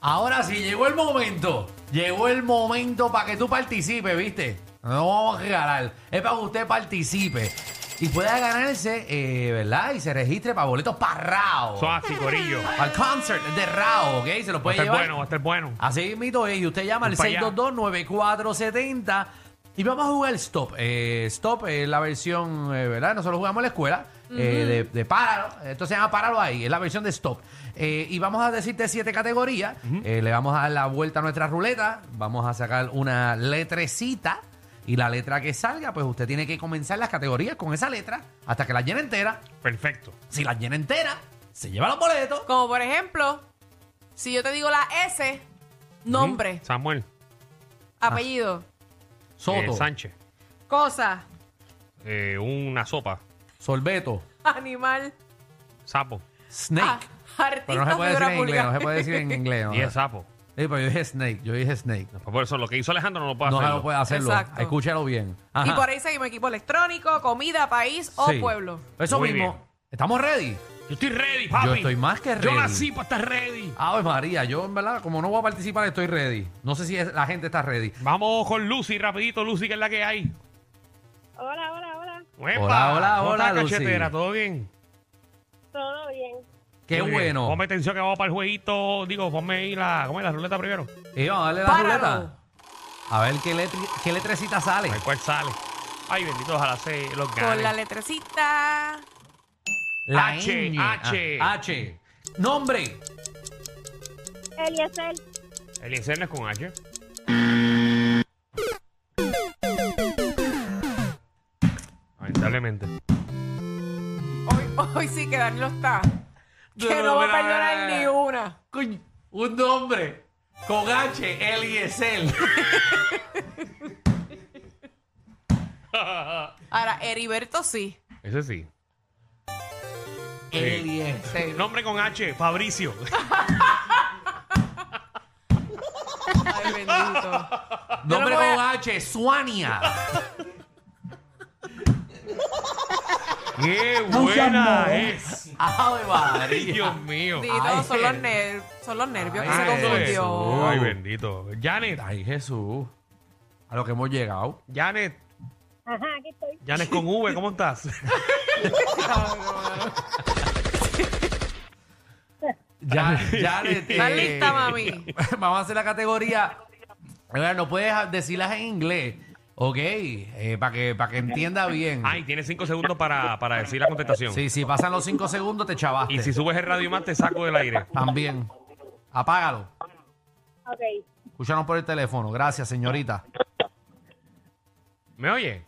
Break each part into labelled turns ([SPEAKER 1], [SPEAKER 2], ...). [SPEAKER 1] Ahora sí, llegó el momento. Llegó el momento para que tú participes, ¿viste? No vamos a regalar. Es para que usted participe. Y pueda ganarse, eh, ¿verdad? Y se registre para boletos para Rao.
[SPEAKER 2] Son así, corillo. Va
[SPEAKER 1] Para el concert de Rao, ¿ok? Se lo
[SPEAKER 2] a
[SPEAKER 1] puede
[SPEAKER 2] estar
[SPEAKER 1] llevar.
[SPEAKER 2] bueno, va a estar bueno.
[SPEAKER 1] Así mito es. Y usted llama al
[SPEAKER 2] Voy para allá.
[SPEAKER 1] 622-9470. Y vamos a jugar Stop. Eh, stop es la versión, eh, ¿verdad? Nosotros jugamos en la escuela eh, de, de Páralo. Entonces se llama Páralo ahí. Es la versión de Stop. Eh, y vamos a decirte siete categorías. Eh, le vamos a dar la vuelta a nuestra ruleta. Vamos a sacar una letrecita. Y la letra que salga, pues usted tiene que comenzar las categorías con esa letra hasta que la llene entera.
[SPEAKER 2] Perfecto.
[SPEAKER 1] Si la llena entera, se lleva los boletos.
[SPEAKER 3] Como por ejemplo, si yo te digo la S, nombre,
[SPEAKER 2] Samuel
[SPEAKER 3] apellido,
[SPEAKER 1] Ah. Soto,
[SPEAKER 2] eh, Sánchez.
[SPEAKER 3] cosa,
[SPEAKER 2] Eh, una sopa.
[SPEAKER 1] Sorbeto,
[SPEAKER 3] animal,
[SPEAKER 2] Sapo.
[SPEAKER 1] Snake.
[SPEAKER 3] ah, artista,
[SPEAKER 1] Pero no se puede decir
[SPEAKER 3] figura
[SPEAKER 1] en inglés,
[SPEAKER 3] pública.
[SPEAKER 1] no se puede decir en inglés. ¿no? eh.
[SPEAKER 2] Diez sapos.
[SPEAKER 1] Sí, pero yo dije snake, yo dije snake.
[SPEAKER 2] Pues Por eso lo que hizo Alejandro no lo puede
[SPEAKER 1] No
[SPEAKER 2] hacer.
[SPEAKER 1] se lo puede hacerlo.
[SPEAKER 3] Exacto.
[SPEAKER 1] Escúchalo bien.
[SPEAKER 3] Y
[SPEAKER 1] Ajá.
[SPEAKER 3] por ahí seguimos equipo electrónico, comida, país
[SPEAKER 1] Sí.
[SPEAKER 3] o pueblo.
[SPEAKER 1] Eso
[SPEAKER 2] Muy
[SPEAKER 1] mismo.
[SPEAKER 2] bien.
[SPEAKER 1] ¿Estamos ready?
[SPEAKER 2] Yo estoy ready, papi.
[SPEAKER 1] Yo estoy más que ready.
[SPEAKER 2] Yo nací para estar ready.
[SPEAKER 1] Ave María, yo en verdad, como no voy a participar, estoy ready. No sé si es- la gente está ready.
[SPEAKER 2] Vamos con Lucy, rapidito, Lucy, que es la que hay.
[SPEAKER 4] Hola, hola, hola.
[SPEAKER 2] Uepa,
[SPEAKER 1] Hola, hola,
[SPEAKER 2] ¿cómo
[SPEAKER 1] hola,
[SPEAKER 2] estás,
[SPEAKER 1] Lucy?
[SPEAKER 2] cachetera? ¿Todo bien?
[SPEAKER 4] Todo bien.
[SPEAKER 1] Qué
[SPEAKER 2] Muy bien.
[SPEAKER 1] bueno.
[SPEAKER 2] Ponme atención que vamos para el jueguito. Digo, ponme ahí la, ¿cómo es? la ruleta primero.
[SPEAKER 1] Y vamos a darle la
[SPEAKER 3] Páralo.
[SPEAKER 1] ruleta. A ver qué, letri- qué letrecita sale.
[SPEAKER 2] A ver cuál sale. Ay, bendito, ojalá se los gane.
[SPEAKER 3] Con la letrecita.
[SPEAKER 1] La
[SPEAKER 2] H,
[SPEAKER 1] ñ.
[SPEAKER 2] H.
[SPEAKER 1] Ah, H. Nombre.
[SPEAKER 4] Eliezer,
[SPEAKER 2] El incendio es con H. Lamentablemente.
[SPEAKER 3] Hoy, hoy sí que Danilo está. Que no va a perdonar ni una.
[SPEAKER 1] Coño, un nombre con H, Eliezer.
[SPEAKER 3] Ahora, Heriberto sí.
[SPEAKER 2] Ese sí.
[SPEAKER 1] Eliezer.
[SPEAKER 2] Nombre con H, Fabricio.
[SPEAKER 3] Ay, bendito.
[SPEAKER 1] Nombre
[SPEAKER 3] Yo no
[SPEAKER 1] con
[SPEAKER 3] voy a-
[SPEAKER 1] H, Suania.
[SPEAKER 2] ¡Qué buena es!
[SPEAKER 1] Ave
[SPEAKER 2] Ay,
[SPEAKER 1] María.
[SPEAKER 2] Dios mío.
[SPEAKER 3] Bendito,
[SPEAKER 1] Ay,
[SPEAKER 3] son, los
[SPEAKER 1] Jesús.
[SPEAKER 3] ner- son los nervios que
[SPEAKER 1] Ay,
[SPEAKER 3] se
[SPEAKER 1] Jesús.
[SPEAKER 3] confundió.
[SPEAKER 2] Ay, bendito. Janet,
[SPEAKER 1] Ay, Jesús. A lo que hemos llegado.
[SPEAKER 2] Janet,
[SPEAKER 4] Ajá, aquí estoy.
[SPEAKER 2] Janet con V, ¿cómo estás?
[SPEAKER 1] Ya, ya le-
[SPEAKER 3] ¿Estás
[SPEAKER 1] eh,
[SPEAKER 3] lista, mami?
[SPEAKER 1] Vamos a hacer la categoría. Ahora, no puedes decirlas en inglés, ¿ok? para que, para que entienda bien.
[SPEAKER 2] Ay, tienes cinco segundos para, para decir la contestación.
[SPEAKER 1] Sí, si pasan los cinco segundos, te chavaste.
[SPEAKER 2] Y si subes el radio más, te saco del aire.
[SPEAKER 1] También. Apágalo.
[SPEAKER 4] Ok.
[SPEAKER 1] Escúchanos por el teléfono. Gracias, señorita.
[SPEAKER 2] ¿Me oye?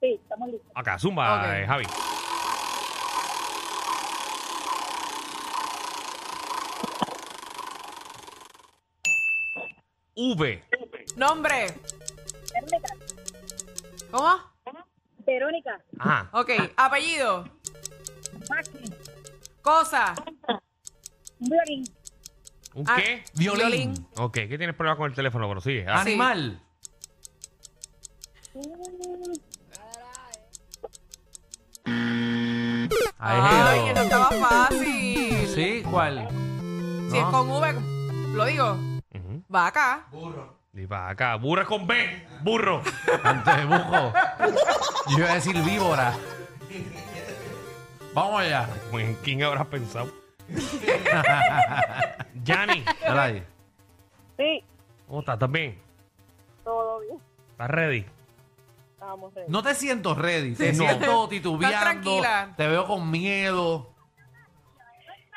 [SPEAKER 4] Sí, estamos listos.
[SPEAKER 2] Acá, zumba,
[SPEAKER 3] Ok.
[SPEAKER 2] eh, Javi. V.
[SPEAKER 3] Nombre.
[SPEAKER 4] Verónica.
[SPEAKER 3] ¿Cómo?
[SPEAKER 4] Verónica.
[SPEAKER 2] Ajá.
[SPEAKER 3] Ok. Apellido.
[SPEAKER 4] Maxi.
[SPEAKER 3] Cosa.
[SPEAKER 4] Violín.
[SPEAKER 2] ¿Un
[SPEAKER 3] Ah.
[SPEAKER 2] qué?
[SPEAKER 1] Violín.
[SPEAKER 3] Violín.
[SPEAKER 2] Ok, ¿qué tienes problema con el teléfono? Pero sigue. Ah,
[SPEAKER 1] Animal.
[SPEAKER 4] Mm,
[SPEAKER 3] Ah. Ay,
[SPEAKER 1] Ay,
[SPEAKER 3] eso
[SPEAKER 1] Jesús.
[SPEAKER 3] estaba fácil.
[SPEAKER 1] Sí, ¿cuál?
[SPEAKER 3] Si es
[SPEAKER 1] No.
[SPEAKER 3] con V, lo digo.
[SPEAKER 2] ujú.
[SPEAKER 3] Vaca.
[SPEAKER 2] Y para acá. Burra con B. Burro.
[SPEAKER 1] Antes bujo. Yo iba a decir víbora. Vamos allá.
[SPEAKER 2] Como ¿En quién habrás pensado? Yanni,
[SPEAKER 1] Dale ahí.
[SPEAKER 4] Sí,
[SPEAKER 2] ¿cómo estás? ¿Estás bien?
[SPEAKER 4] todo bien.
[SPEAKER 2] ¿Estás ready?
[SPEAKER 4] Estamos ready.
[SPEAKER 1] No te siento ready. Te
[SPEAKER 2] No.
[SPEAKER 1] siento
[SPEAKER 3] Estás
[SPEAKER 1] titubeando.
[SPEAKER 3] tranquila.
[SPEAKER 1] Te veo con miedo.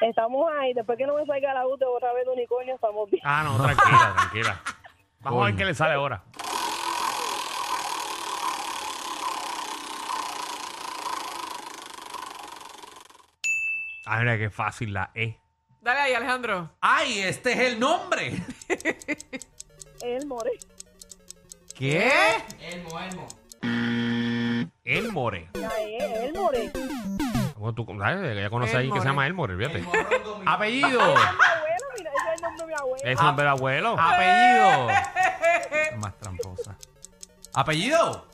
[SPEAKER 4] Estamos ahí. Después que no me salga la U de otra vez de unicornio, estamos bien.
[SPEAKER 2] Ah, no, tranquila, tranquila. Vamos a ver
[SPEAKER 1] Coño.
[SPEAKER 2] qué le sale ahora. Ah, mira qué fácil la E.
[SPEAKER 3] Dale ahí, Alejandro.
[SPEAKER 1] ¡Ay, este es el nombre!
[SPEAKER 4] El more.
[SPEAKER 1] ¿Qué?
[SPEAKER 2] Elmore.
[SPEAKER 4] Ya es, el more.
[SPEAKER 2] Bueno, tú, dale, ella conoce ahí que se
[SPEAKER 3] Elmore.
[SPEAKER 2] llama Elmore, fíjate.
[SPEAKER 1] Apellido.
[SPEAKER 4] Mi abuelo, Ah, mira, ese es el nombre de mi abuelo.
[SPEAKER 2] Es nombre del abuelo.
[SPEAKER 1] Apellido. Es más tramposa. ¿Apellido?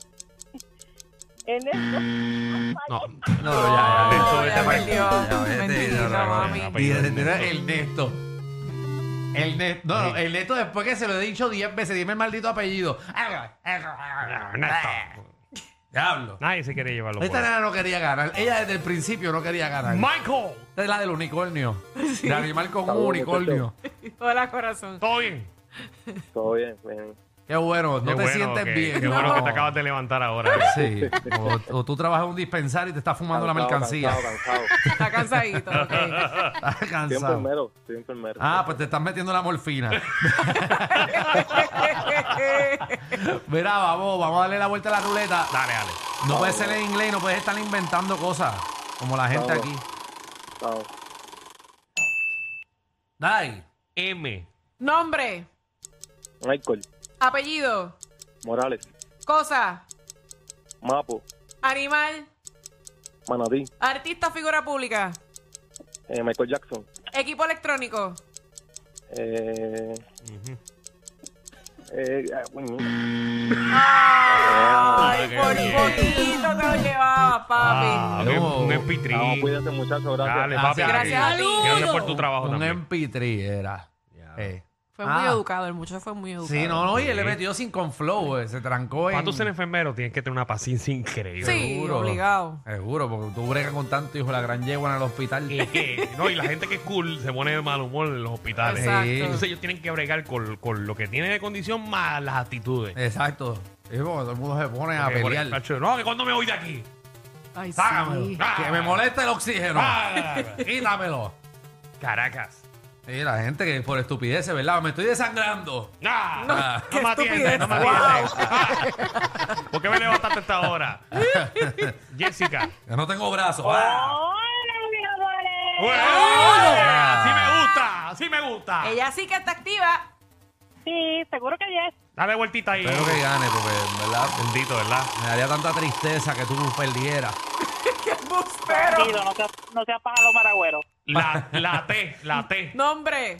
[SPEAKER 4] Ernesto.
[SPEAKER 2] No.
[SPEAKER 1] No,
[SPEAKER 3] No,
[SPEAKER 1] ya, este
[SPEAKER 2] vete
[SPEAKER 3] ya
[SPEAKER 2] para-
[SPEAKER 3] perdió.
[SPEAKER 1] ya. Ya, vete,
[SPEAKER 3] Bendito,
[SPEAKER 1] ya, ya, ya.
[SPEAKER 3] mami.
[SPEAKER 2] Apellido
[SPEAKER 1] Y de- de- Ernesto.
[SPEAKER 2] Ernesto.
[SPEAKER 1] El ne- no, no, el neto después que se lo he dicho 10 veces, dime el maldito apellido.
[SPEAKER 2] Ernesto.
[SPEAKER 1] Eh, Diablo.
[SPEAKER 2] Nadie se quiere llevarlo.
[SPEAKER 1] Esta nena no quería ganar. Ella desde el principio no quería ganar.
[SPEAKER 2] Michael,
[SPEAKER 1] Esta es la del unicornio. De animal con un
[SPEAKER 4] Está bueno,
[SPEAKER 1] unicornio.
[SPEAKER 3] Hola, corazón.
[SPEAKER 2] ¿todo bien?
[SPEAKER 4] Todo bien, bien.
[SPEAKER 1] Qué bueno, no
[SPEAKER 2] Qué
[SPEAKER 1] te
[SPEAKER 2] bueno
[SPEAKER 1] sientes
[SPEAKER 2] que-
[SPEAKER 1] bien.
[SPEAKER 2] Qué
[SPEAKER 1] no.
[SPEAKER 2] bueno que te acabas de levantar ahora.
[SPEAKER 1] Sí. O, o tú trabajas en un dispensario y te estás fumando la mercancía.
[SPEAKER 4] Cansado, cansado.
[SPEAKER 3] Está cansadito. ok.
[SPEAKER 1] Estás
[SPEAKER 4] Estoy
[SPEAKER 1] cansado.
[SPEAKER 4] enfermero, estoy enfermero.
[SPEAKER 1] Ah, pues te estás metiendo la morfina. Mira, vamos, vamos a darle la vuelta a la ruleta.
[SPEAKER 2] Dale, dale.
[SPEAKER 1] No puedes ser en inglés, no puedes estar inventando cosas como la gente
[SPEAKER 4] Vamos.
[SPEAKER 1] aquí.
[SPEAKER 4] Vamos.
[SPEAKER 1] Dai,
[SPEAKER 2] M.
[SPEAKER 3] Nombre,
[SPEAKER 4] Michael,
[SPEAKER 3] apellido,
[SPEAKER 4] Morales,
[SPEAKER 3] cosa,
[SPEAKER 4] Mapo,
[SPEAKER 3] animal,
[SPEAKER 4] Manatí,
[SPEAKER 3] artista, figura pública,
[SPEAKER 4] eh, Michael Jackson,
[SPEAKER 3] equipo electrónico,
[SPEAKER 4] eh, eh, ah, bueno,
[SPEAKER 1] Ah,
[SPEAKER 3] Ay,
[SPEAKER 2] qué
[SPEAKER 3] por
[SPEAKER 2] bien.
[SPEAKER 3] poquito te lo llevaba, papi.
[SPEAKER 2] Ah, un,
[SPEAKER 1] No.
[SPEAKER 2] un
[SPEAKER 4] vamos,
[SPEAKER 2] MP3.
[SPEAKER 4] cuídense muchachos, gracias.
[SPEAKER 2] Dale, papi.
[SPEAKER 1] Gracias.
[SPEAKER 2] Gracias por tu trabajo
[SPEAKER 1] un
[SPEAKER 2] también.
[SPEAKER 1] MP3 era. Eh.
[SPEAKER 3] Fue muy
[SPEAKER 1] Ah.
[SPEAKER 3] educado, el muchacho fue muy educado.
[SPEAKER 1] Sí, no, no, y él
[SPEAKER 2] Sí.
[SPEAKER 1] le metió sin con flow, eh, se trancó en...
[SPEAKER 2] Cuando tú eres enfermero tienes que tener una paciencia increíble.
[SPEAKER 3] Sí, obligado.
[SPEAKER 1] Seguro, porque tú bregas con tanto hijo de la gran yegua en el hospital.
[SPEAKER 2] Y que- no, y la gente que es cool se pone de mal humor en los hospitales.
[SPEAKER 3] Exacto.
[SPEAKER 2] Entonces ellos tienen que bregar con, con lo que tiene de condición más las actitudes.
[SPEAKER 1] Exacto. Sí, porque todo el mundo se pone Eh, a
[SPEAKER 2] Porque por
[SPEAKER 1] pelear.
[SPEAKER 2] el cacho, no, que cuando me voy de aquí.
[SPEAKER 3] Ay, sí.
[SPEAKER 1] Sácamelo.
[SPEAKER 2] Ah.
[SPEAKER 1] Que me molesta el oxígeno.
[SPEAKER 2] Ah.
[SPEAKER 1] Quítamelo.
[SPEAKER 2] Caracas.
[SPEAKER 1] Y la gente que por estupidez, ¿verdad? Me estoy desangrando.
[SPEAKER 2] Ah,
[SPEAKER 1] No,
[SPEAKER 2] ah,
[SPEAKER 3] qué
[SPEAKER 2] no me atiendes,
[SPEAKER 3] estupidez.
[SPEAKER 2] no me atiendes. Ah, ¿Por qué me levantaste a esta hora? Jessica.
[SPEAKER 1] Que no tengo brazos. Ah.
[SPEAKER 4] Hola, mi
[SPEAKER 3] ¡Oh!
[SPEAKER 4] amores.
[SPEAKER 2] Así me gusta, así me gusta.
[SPEAKER 3] Ella sí que está activa.
[SPEAKER 4] Sí, seguro que ya es.
[SPEAKER 2] Dale vueltita ahí.
[SPEAKER 1] Espero que gane, porque en verdad
[SPEAKER 2] Bendito, ¿verdad?
[SPEAKER 1] me daría tanta tristeza que tú perdieras.
[SPEAKER 3] ¡Qué bustero!
[SPEAKER 4] no seas, no seas pájaro maragüero.
[SPEAKER 2] La, la T, la T.
[SPEAKER 3] Nombre,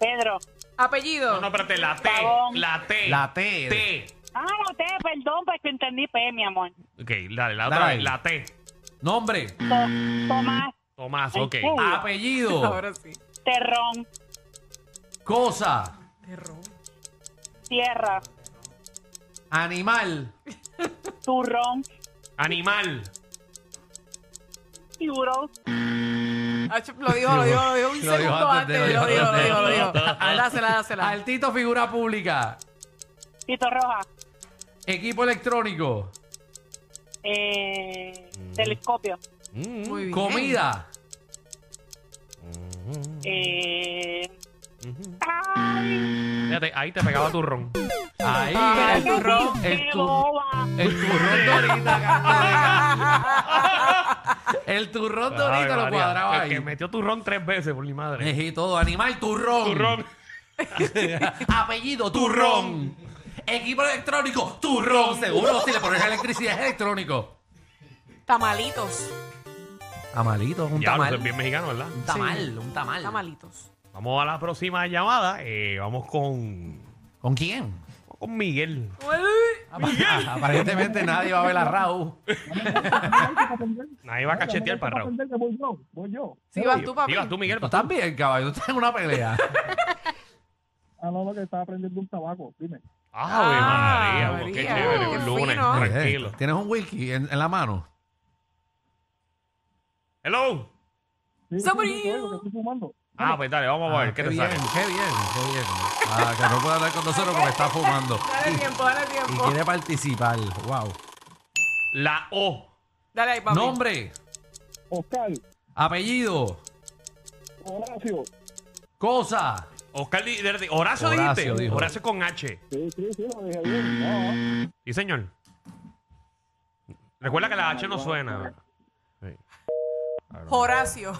[SPEAKER 4] Pedro.
[SPEAKER 3] apellido,
[SPEAKER 2] No, no, espérate, la T,
[SPEAKER 4] Pavón.
[SPEAKER 2] la T.
[SPEAKER 1] La T.
[SPEAKER 2] T.
[SPEAKER 4] Ah, no te, perdón, pues que entendí P, mi amor.
[SPEAKER 2] Ok, dale, la otra
[SPEAKER 1] Dale.
[SPEAKER 2] vez, la T.
[SPEAKER 1] Nombre,
[SPEAKER 4] Tomás
[SPEAKER 2] Tomás, ok. Ah, pues,
[SPEAKER 4] Ay, sí.
[SPEAKER 1] apellido,
[SPEAKER 3] ahora sí.
[SPEAKER 4] Terrón,
[SPEAKER 1] cosa,
[SPEAKER 3] Terror.
[SPEAKER 4] Tierra,
[SPEAKER 1] animal,
[SPEAKER 4] Turrón,
[SPEAKER 2] Animal.
[SPEAKER 4] Tiburón.
[SPEAKER 3] Ah, chup, Lo dijo, lo dijo, lo dijo un
[SPEAKER 1] Lo dijo
[SPEAKER 3] segundo
[SPEAKER 1] antes
[SPEAKER 3] antes.
[SPEAKER 1] de-
[SPEAKER 3] Lo dijo, lo dijo, lo dijo. Ah,
[SPEAKER 1] Al-
[SPEAKER 3] Dásela, dásela.
[SPEAKER 1] altito figura pública,
[SPEAKER 4] Tito Roja,
[SPEAKER 1] equipo electrónico,
[SPEAKER 4] eh, telescopio,
[SPEAKER 3] Muy bien.
[SPEAKER 1] comida,
[SPEAKER 4] eh, ay,
[SPEAKER 2] Fíjate, ahí te pegaba tu ron.
[SPEAKER 1] ahí,
[SPEAKER 3] Ah,
[SPEAKER 1] el turrón, el,
[SPEAKER 4] qué
[SPEAKER 1] tu-
[SPEAKER 4] boba.
[SPEAKER 1] el turrón dorita, el turrón
[SPEAKER 2] Ay,
[SPEAKER 1] dorita lo
[SPEAKER 2] María,
[SPEAKER 1] cuadraba
[SPEAKER 2] el
[SPEAKER 1] ahí.
[SPEAKER 2] que metió tu ron tres veces, por mi madre.
[SPEAKER 1] Y todo, animal, turrón.
[SPEAKER 2] Tu ron.
[SPEAKER 1] Apellido, turrón. Equipo electrónico, turrón. Seguro, si le pones electricidad es electrónico.
[SPEAKER 3] Tamalitos.
[SPEAKER 1] Tamalito, un
[SPEAKER 2] Ya,
[SPEAKER 1] tamal.
[SPEAKER 2] es bien mexicano, ¿verdad?
[SPEAKER 1] Un tamal, un tamal.
[SPEAKER 3] Tamalitos.
[SPEAKER 2] Vamos a la próxima llamada. Eh, vamos con,
[SPEAKER 1] ¿Con quién?
[SPEAKER 2] con Miguel.
[SPEAKER 1] Aparentemente nadie va a ver a Raúl.
[SPEAKER 2] Ahí va a cachetear para Raúl.
[SPEAKER 5] Voy yo.
[SPEAKER 3] Si vas tú, papi.
[SPEAKER 2] Diga tú, Miguel.
[SPEAKER 1] Tú estás bien, caballo. Tú estás en una pelea.
[SPEAKER 5] Ah, no, no, que estaba aprendiendo un tabaco. Dime.
[SPEAKER 2] Ave
[SPEAKER 3] Ah,
[SPEAKER 2] María,
[SPEAKER 3] María.
[SPEAKER 2] qué chévere, un
[SPEAKER 3] Qué
[SPEAKER 2] lunes,
[SPEAKER 3] fino.
[SPEAKER 2] tranquilo.
[SPEAKER 1] Eh, ¿Tienes un whisky en, en la mano?
[SPEAKER 2] Hello.
[SPEAKER 5] Sí,
[SPEAKER 3] Somebody
[SPEAKER 5] sí, sí, oigo,
[SPEAKER 3] you.
[SPEAKER 5] que estoy fumando.
[SPEAKER 2] Ah, pues dale, vamos a ver qué, te
[SPEAKER 1] bien,
[SPEAKER 2] sale.
[SPEAKER 1] qué bien, qué bien. Ah, que no puede hablar con nosotros porque está fumando.
[SPEAKER 3] Dale tiempo, dale
[SPEAKER 1] Y
[SPEAKER 3] tiempo.
[SPEAKER 1] quiere participar. Wow.
[SPEAKER 2] La O.
[SPEAKER 3] Dale ahí, papi.
[SPEAKER 1] Nombre,
[SPEAKER 5] Oscar,
[SPEAKER 1] apellido,
[SPEAKER 5] Horacio.
[SPEAKER 1] cosa.
[SPEAKER 2] Oscar, di- de- Horacio,
[SPEAKER 1] Horacio
[SPEAKER 2] dijiste.
[SPEAKER 1] dijo.
[SPEAKER 2] Horacio con H.
[SPEAKER 5] Sí, sí, sí, lo dije
[SPEAKER 4] Mm.
[SPEAKER 5] bien. No,
[SPEAKER 2] Sí, señor. Recuerda que la H no suena. Sí.
[SPEAKER 3] Horacio.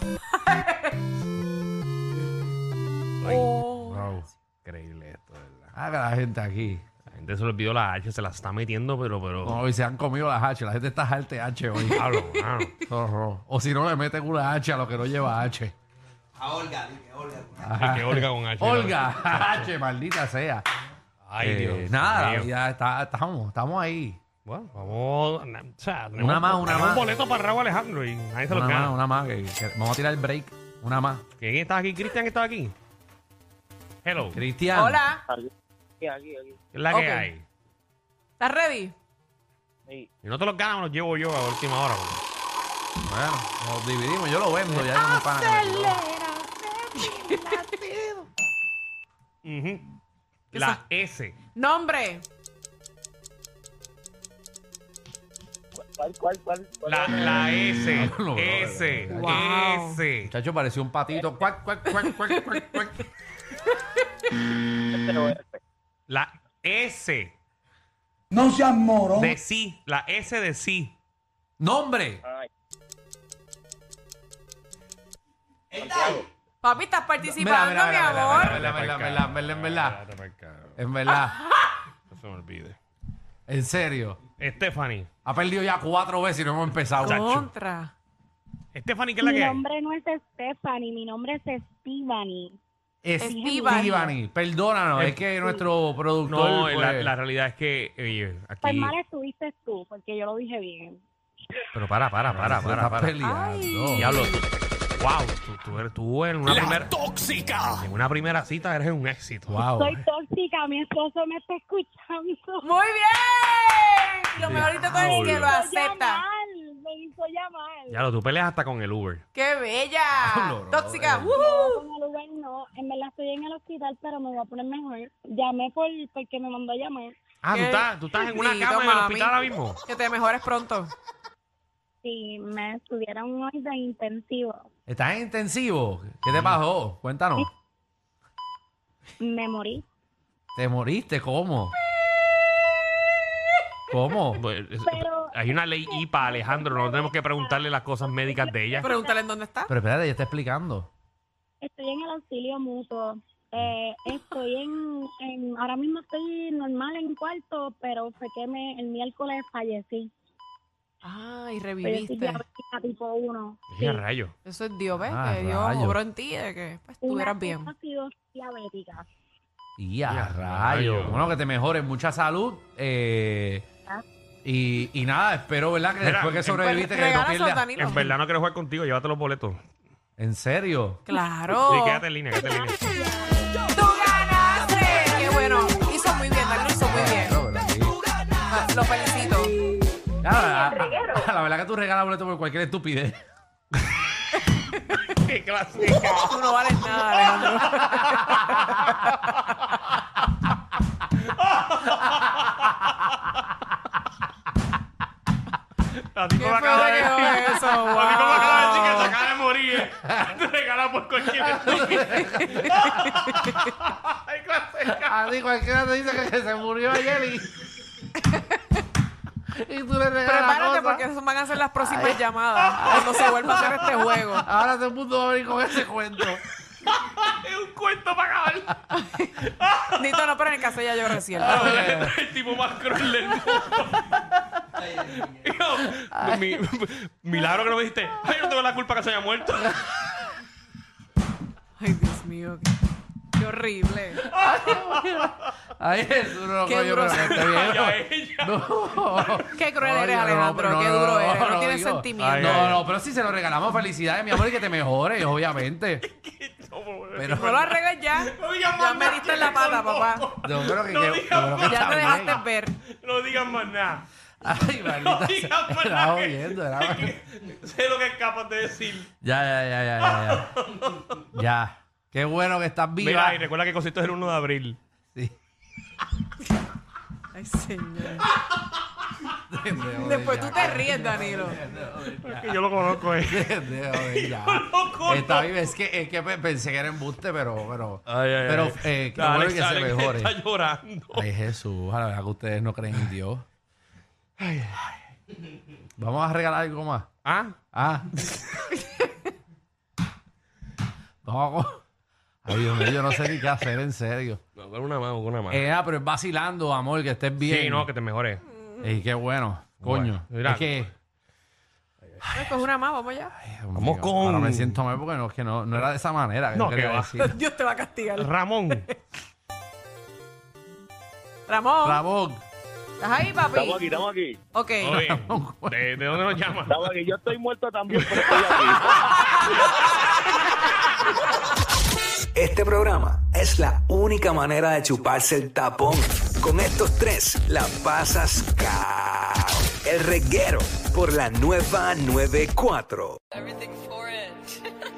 [SPEAKER 2] Ay,
[SPEAKER 3] Oh.
[SPEAKER 2] wow, Increíble esto, de ¿verdad?
[SPEAKER 1] Haga la gente aquí.
[SPEAKER 2] La gente se le olvidó la H, se la está metiendo, pero, pero.
[SPEAKER 1] No, y se han comido las H. La gente está jalte H hoy.
[SPEAKER 2] Pablo, mano.
[SPEAKER 1] Zorro. O si no, le meten una H a lo que no lleva H.
[SPEAKER 2] Ay, que Olga con H.
[SPEAKER 1] Olga, H, maldita sea.
[SPEAKER 2] Ay,
[SPEAKER 1] Eh,
[SPEAKER 2] Dios.
[SPEAKER 1] nada,
[SPEAKER 2] mío.
[SPEAKER 1] ya está- estamos, estamos ahí.
[SPEAKER 2] Bueno, vamos. na- O sea, tenemos,
[SPEAKER 1] Una más, una
[SPEAKER 2] tenemos
[SPEAKER 1] más.
[SPEAKER 2] un boleto para Raúl Alejandro y nadie se
[SPEAKER 1] Una
[SPEAKER 2] lo gana.
[SPEAKER 1] más, una más. que- que vamos a tirar el break. Una más.
[SPEAKER 2] ¿Quién está aquí? ¿Cristian está aquí? Hello. ¿Qué
[SPEAKER 1] Cristian.
[SPEAKER 3] Hola,
[SPEAKER 4] Aquí, aquí, aquí.
[SPEAKER 2] es la
[SPEAKER 3] Ok.
[SPEAKER 2] que hay?
[SPEAKER 3] ¿estás ready?
[SPEAKER 4] Sí.
[SPEAKER 2] Si no te los ganas, me los llevo yo a última hora. porque-
[SPEAKER 1] Bueno, nos dividimos. Yo lo vendo. Ya yo me pana que me lo-
[SPEAKER 2] Ujú.
[SPEAKER 3] ¿Qué
[SPEAKER 2] La
[SPEAKER 3] sa-
[SPEAKER 2] S.
[SPEAKER 3] Nombre,
[SPEAKER 4] ¿Cuál, cuál, cuál? cuál
[SPEAKER 2] La,
[SPEAKER 4] es?
[SPEAKER 2] la S.
[SPEAKER 1] Diablo, bro,
[SPEAKER 2] S.
[SPEAKER 1] bro,
[SPEAKER 3] bro.
[SPEAKER 2] S.
[SPEAKER 1] Chacho, pareció un patito. Cuac, cuac, cuac, cuac, cuac, cuac.
[SPEAKER 4] Pero, eh,
[SPEAKER 2] La S.
[SPEAKER 6] No seas moro.
[SPEAKER 2] De sí. La S de sí.
[SPEAKER 1] Nombre.
[SPEAKER 4] ay,
[SPEAKER 3] papi, estás participando, mi amor.
[SPEAKER 1] En verdad, en verdad, en verdad, en verdad. Eh,
[SPEAKER 2] Vete pa'l carajo.
[SPEAKER 1] En verdad.
[SPEAKER 2] No se me olvide.
[SPEAKER 1] En serio.
[SPEAKER 2] Stephanie.
[SPEAKER 1] Ha perdido ya cuatro veces y no hemos empezado.
[SPEAKER 3] Contra.
[SPEAKER 2] Stephanie, ¿qué es la
[SPEAKER 7] Mi
[SPEAKER 2] que hay?
[SPEAKER 7] nombre no es Stephanie, mi nombre es Stephanie.
[SPEAKER 1] Estivani. Estivani. Perdónanos,
[SPEAKER 2] Eh,
[SPEAKER 1] es que nuestro productor.
[SPEAKER 2] No, la,
[SPEAKER 1] pues-
[SPEAKER 2] la realidad es que eh,
[SPEAKER 7] Pues
[SPEAKER 2] aquí.
[SPEAKER 7] mal estuviste tú, porque yo lo dije bien.
[SPEAKER 2] Pero para, para, para,
[SPEAKER 1] Se
[SPEAKER 2] para,
[SPEAKER 1] está
[SPEAKER 2] para.
[SPEAKER 1] peleando.
[SPEAKER 2] Diablo. Wow, tú, tú eres tú en una primera. ¡Tóxica! En una primera cita eres un éxito.
[SPEAKER 1] Wow.
[SPEAKER 7] Soy tóxica, mi esposo me está escuchando.
[SPEAKER 3] Muy bien. Lo mejorito con el que
[SPEAKER 2] Diablo.
[SPEAKER 3] lo acepta.
[SPEAKER 7] llamar, me hizo llamar.
[SPEAKER 2] Ya lo, tú peleas hasta con el Uber.
[SPEAKER 3] ¡Qué
[SPEAKER 1] Diablo,
[SPEAKER 3] bella!
[SPEAKER 1] bro,
[SPEAKER 3] Tóxica.
[SPEAKER 1] eh.
[SPEAKER 3] ¡Woohoo!
[SPEAKER 7] No, con el Uber no, en verdad estoy en el hospital, pero me voy a poner mejor. Llamé por, porque me mandó a llamar.
[SPEAKER 2] Ah, tú
[SPEAKER 3] Qué
[SPEAKER 2] estás, tú estás en una
[SPEAKER 3] lindo,
[SPEAKER 2] cama en el
[SPEAKER 3] mami.
[SPEAKER 2] hospital ahora mismo.
[SPEAKER 3] Que te mejores pronto.
[SPEAKER 7] Sí, me estuvieron hoy de intensivo.
[SPEAKER 1] ¿Estás en intensivo? ¿Qué te pasó? Cuéntanos.
[SPEAKER 7] Me morí.
[SPEAKER 1] ¿Te moriste? ¿Cómo? ¿Cómo?
[SPEAKER 2] Pues, es-
[SPEAKER 7] Pero-
[SPEAKER 2] Hay una ley IPA, Alejandro. No tenemos que preguntarle las cosas médicas de ella.
[SPEAKER 3] Pregúntale en dónde está.
[SPEAKER 1] Pero espérate, ya está explicando.
[SPEAKER 7] Estoy en el auxilio mutuo. Eh, estoy en, en, ahora mismo estoy normal en cuarto, pero fue que me, el miércoles fallecí.
[SPEAKER 3] Ay,
[SPEAKER 7] Pero yo soy
[SPEAKER 3] reviviste.
[SPEAKER 7] diabética tipo 1.
[SPEAKER 2] ¡Qué rayo!
[SPEAKER 3] Eso es Dios, ¿ves?
[SPEAKER 1] Ah,
[SPEAKER 3] que Dios
[SPEAKER 1] rayos.
[SPEAKER 3] obró en ti de que pues, estuvieras bien.
[SPEAKER 7] Una sido diabética.
[SPEAKER 1] Y a
[SPEAKER 2] Ya,
[SPEAKER 1] rayo.
[SPEAKER 2] rayo.
[SPEAKER 1] Bueno, que te mejores, mucha salud. eh,
[SPEAKER 7] Ah.
[SPEAKER 1] y, y nada, espero, ¿verdad? Que
[SPEAKER 2] Mira,
[SPEAKER 1] después que
[SPEAKER 2] en-
[SPEAKER 1] sobreviviste, que no
[SPEAKER 3] Regala a
[SPEAKER 1] pierdas.
[SPEAKER 3] Danilo.
[SPEAKER 2] En verdad no quiero jugar contigo, llévate los boletos.
[SPEAKER 1] ¿En serio?
[SPEAKER 3] Claro.
[SPEAKER 2] Sí, quédate en línea, quédate en línea.
[SPEAKER 3] ¡Tú ganaste! ¡Qué bueno! Hizo muy bien, Danilo hizo muy bien.
[SPEAKER 1] Claro, pero sí.
[SPEAKER 3] Ah, Lo felicito.
[SPEAKER 1] Ya, la, la- la verdad que tú regalas boleto por cualquier estupidez.
[SPEAKER 2] ¡Qué clásica!
[SPEAKER 3] Tú no vales nada, Alejandro.
[SPEAKER 2] A ti
[SPEAKER 3] Qué
[SPEAKER 2] me acaba de
[SPEAKER 3] feo
[SPEAKER 2] decir.
[SPEAKER 3] eso,
[SPEAKER 2] A mí como acaba de decir que se
[SPEAKER 3] wow.
[SPEAKER 2] acaba de morir. eh. Te regala por cualquier ¡Ay, clásica!
[SPEAKER 1] A ti Ah, cualquiera te dice que, que se murió ayer y... y tú le regalas
[SPEAKER 3] Prepárate
[SPEAKER 1] cosas.
[SPEAKER 3] porque esas van a ser las próximas llamadas. Cuando se vuelva a hacer este juego.
[SPEAKER 1] Ahora todo el mundo va a venir con ese cuento.
[SPEAKER 2] ¡Es un cuento para acabar!
[SPEAKER 3] Nito, no, pero en el caso ya yo recién.
[SPEAKER 2] el tipo más cruel del mundo. Mi- milagro que no me dijiste. Ay, no tengo la culpa que se haya muerto.
[SPEAKER 3] Ay, Dios mío. qué- Qué horrible.
[SPEAKER 1] Ay, es duro,
[SPEAKER 3] Qué
[SPEAKER 1] coño,
[SPEAKER 3] duro.
[SPEAKER 1] pero que esté bien.
[SPEAKER 2] Ay, a ella.
[SPEAKER 1] No.
[SPEAKER 3] Qué cruel
[SPEAKER 1] No,
[SPEAKER 3] eres,
[SPEAKER 1] yo no,
[SPEAKER 3] Alejandro.
[SPEAKER 1] no,
[SPEAKER 3] qué
[SPEAKER 1] no,
[SPEAKER 3] duro
[SPEAKER 1] no,
[SPEAKER 3] eres. No,
[SPEAKER 1] no,
[SPEAKER 3] tienes
[SPEAKER 1] digo.
[SPEAKER 3] sentimiento.
[SPEAKER 2] Ay,
[SPEAKER 1] No, no, pero si se lo regalamos, felicidades, mi amor, y que te mejores, obviamente. Pero
[SPEAKER 3] No lo arregles ya.
[SPEAKER 2] No digas
[SPEAKER 3] ya
[SPEAKER 2] más
[SPEAKER 3] me
[SPEAKER 2] nada,
[SPEAKER 3] diste en
[SPEAKER 2] que
[SPEAKER 3] la pata,
[SPEAKER 2] son
[SPEAKER 3] papá.
[SPEAKER 2] locos.
[SPEAKER 1] yo creo que,
[SPEAKER 2] No
[SPEAKER 1] que- yo
[SPEAKER 2] digas
[SPEAKER 1] creo que
[SPEAKER 2] más.
[SPEAKER 3] Ya
[SPEAKER 1] está
[SPEAKER 3] te dejaste
[SPEAKER 1] bien.
[SPEAKER 3] ver.
[SPEAKER 2] No digas más nada.
[SPEAKER 1] Ay, maldita
[SPEAKER 2] No
[SPEAKER 1] sea,
[SPEAKER 2] digas más
[SPEAKER 1] Era
[SPEAKER 2] nada. que-
[SPEAKER 1] oyendo, era
[SPEAKER 2] Sé lo que es capaz de decir.
[SPEAKER 1] Ya, ya, ya, ya, ya, ya. Ya. Qué bueno que estás viva.
[SPEAKER 2] Mira, y recuerda que cosito es el 1 de abril.
[SPEAKER 1] Sí.
[SPEAKER 3] Ay, señor.
[SPEAKER 1] Dejo de
[SPEAKER 3] Después tú
[SPEAKER 1] ya,
[SPEAKER 3] te ríes, Danilo.
[SPEAKER 2] Que yo lo conozco, eh.
[SPEAKER 1] dejo de ya.
[SPEAKER 2] loco,
[SPEAKER 1] Está
[SPEAKER 2] no.
[SPEAKER 1] bien, es que, es que pe- pensé que era embuste, pero, pero,
[SPEAKER 2] Ay, ay,
[SPEAKER 1] pero
[SPEAKER 2] ay.
[SPEAKER 1] eh, qué
[SPEAKER 2] Alex,
[SPEAKER 1] bueno que se
[SPEAKER 2] Alex
[SPEAKER 1] mejore.
[SPEAKER 2] Está llorando.
[SPEAKER 1] Ay, Jesús, a la verdad que ustedes no creen en Dios. Vamos a regalar algo más.
[SPEAKER 2] ¿Ah?
[SPEAKER 1] Ah. no. co- Ay, Dios mío, yo no sé ni qué hacer, en serio.
[SPEAKER 2] No, con una mano, con una mano.
[SPEAKER 1] Eh, ah, pero es vacilando, amor, que estés bien.
[SPEAKER 2] sí, no, que te mejores.
[SPEAKER 1] Ey, qué bueno,
[SPEAKER 2] Bueno,
[SPEAKER 1] coño.
[SPEAKER 2] mira.
[SPEAKER 1] es que...
[SPEAKER 3] Pues coge una más, vamos ya.
[SPEAKER 1] Ay, Dios
[SPEAKER 2] Vamos
[SPEAKER 1] mío,
[SPEAKER 2] con-
[SPEAKER 1] Ahora me siento mal porque no, es que no, no era de esa manera. que
[SPEAKER 2] No,
[SPEAKER 1] yo quería
[SPEAKER 2] que va.
[SPEAKER 1] decir.
[SPEAKER 3] Dios te va a castigar.
[SPEAKER 2] Ramón.
[SPEAKER 3] Ramón,
[SPEAKER 1] Ramón.
[SPEAKER 3] ¿estás ahí, papi?
[SPEAKER 5] Estamos aquí, estamos aquí.
[SPEAKER 3] Ok.
[SPEAKER 2] Oye, ¿de, de dónde nos llamas?
[SPEAKER 5] Estamos aquí. Yo estoy muerto también, pero estoy aquí.
[SPEAKER 8] este programa es la única manera de chuparse el tapón. Con estos tres la pasas cao. El reguero por la nueva 94.
[SPEAKER 9] Everything for it.